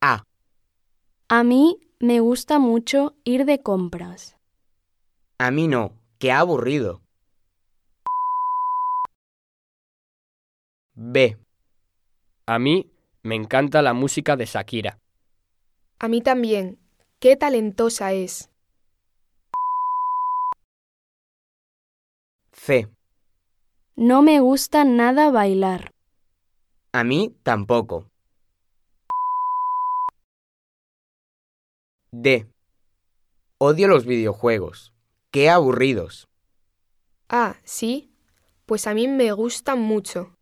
A. A mí me gusta mucho ir de compras. A mí no, qué aburrido. B. A mí me encanta la música de Shakira. A mí también. Qué talentosa es. C. No me gusta nada bailar. A mí tampoco. D. Odio los videojuegos. Qué aburridos. Ah, sí. Pues a mí me gustan mucho.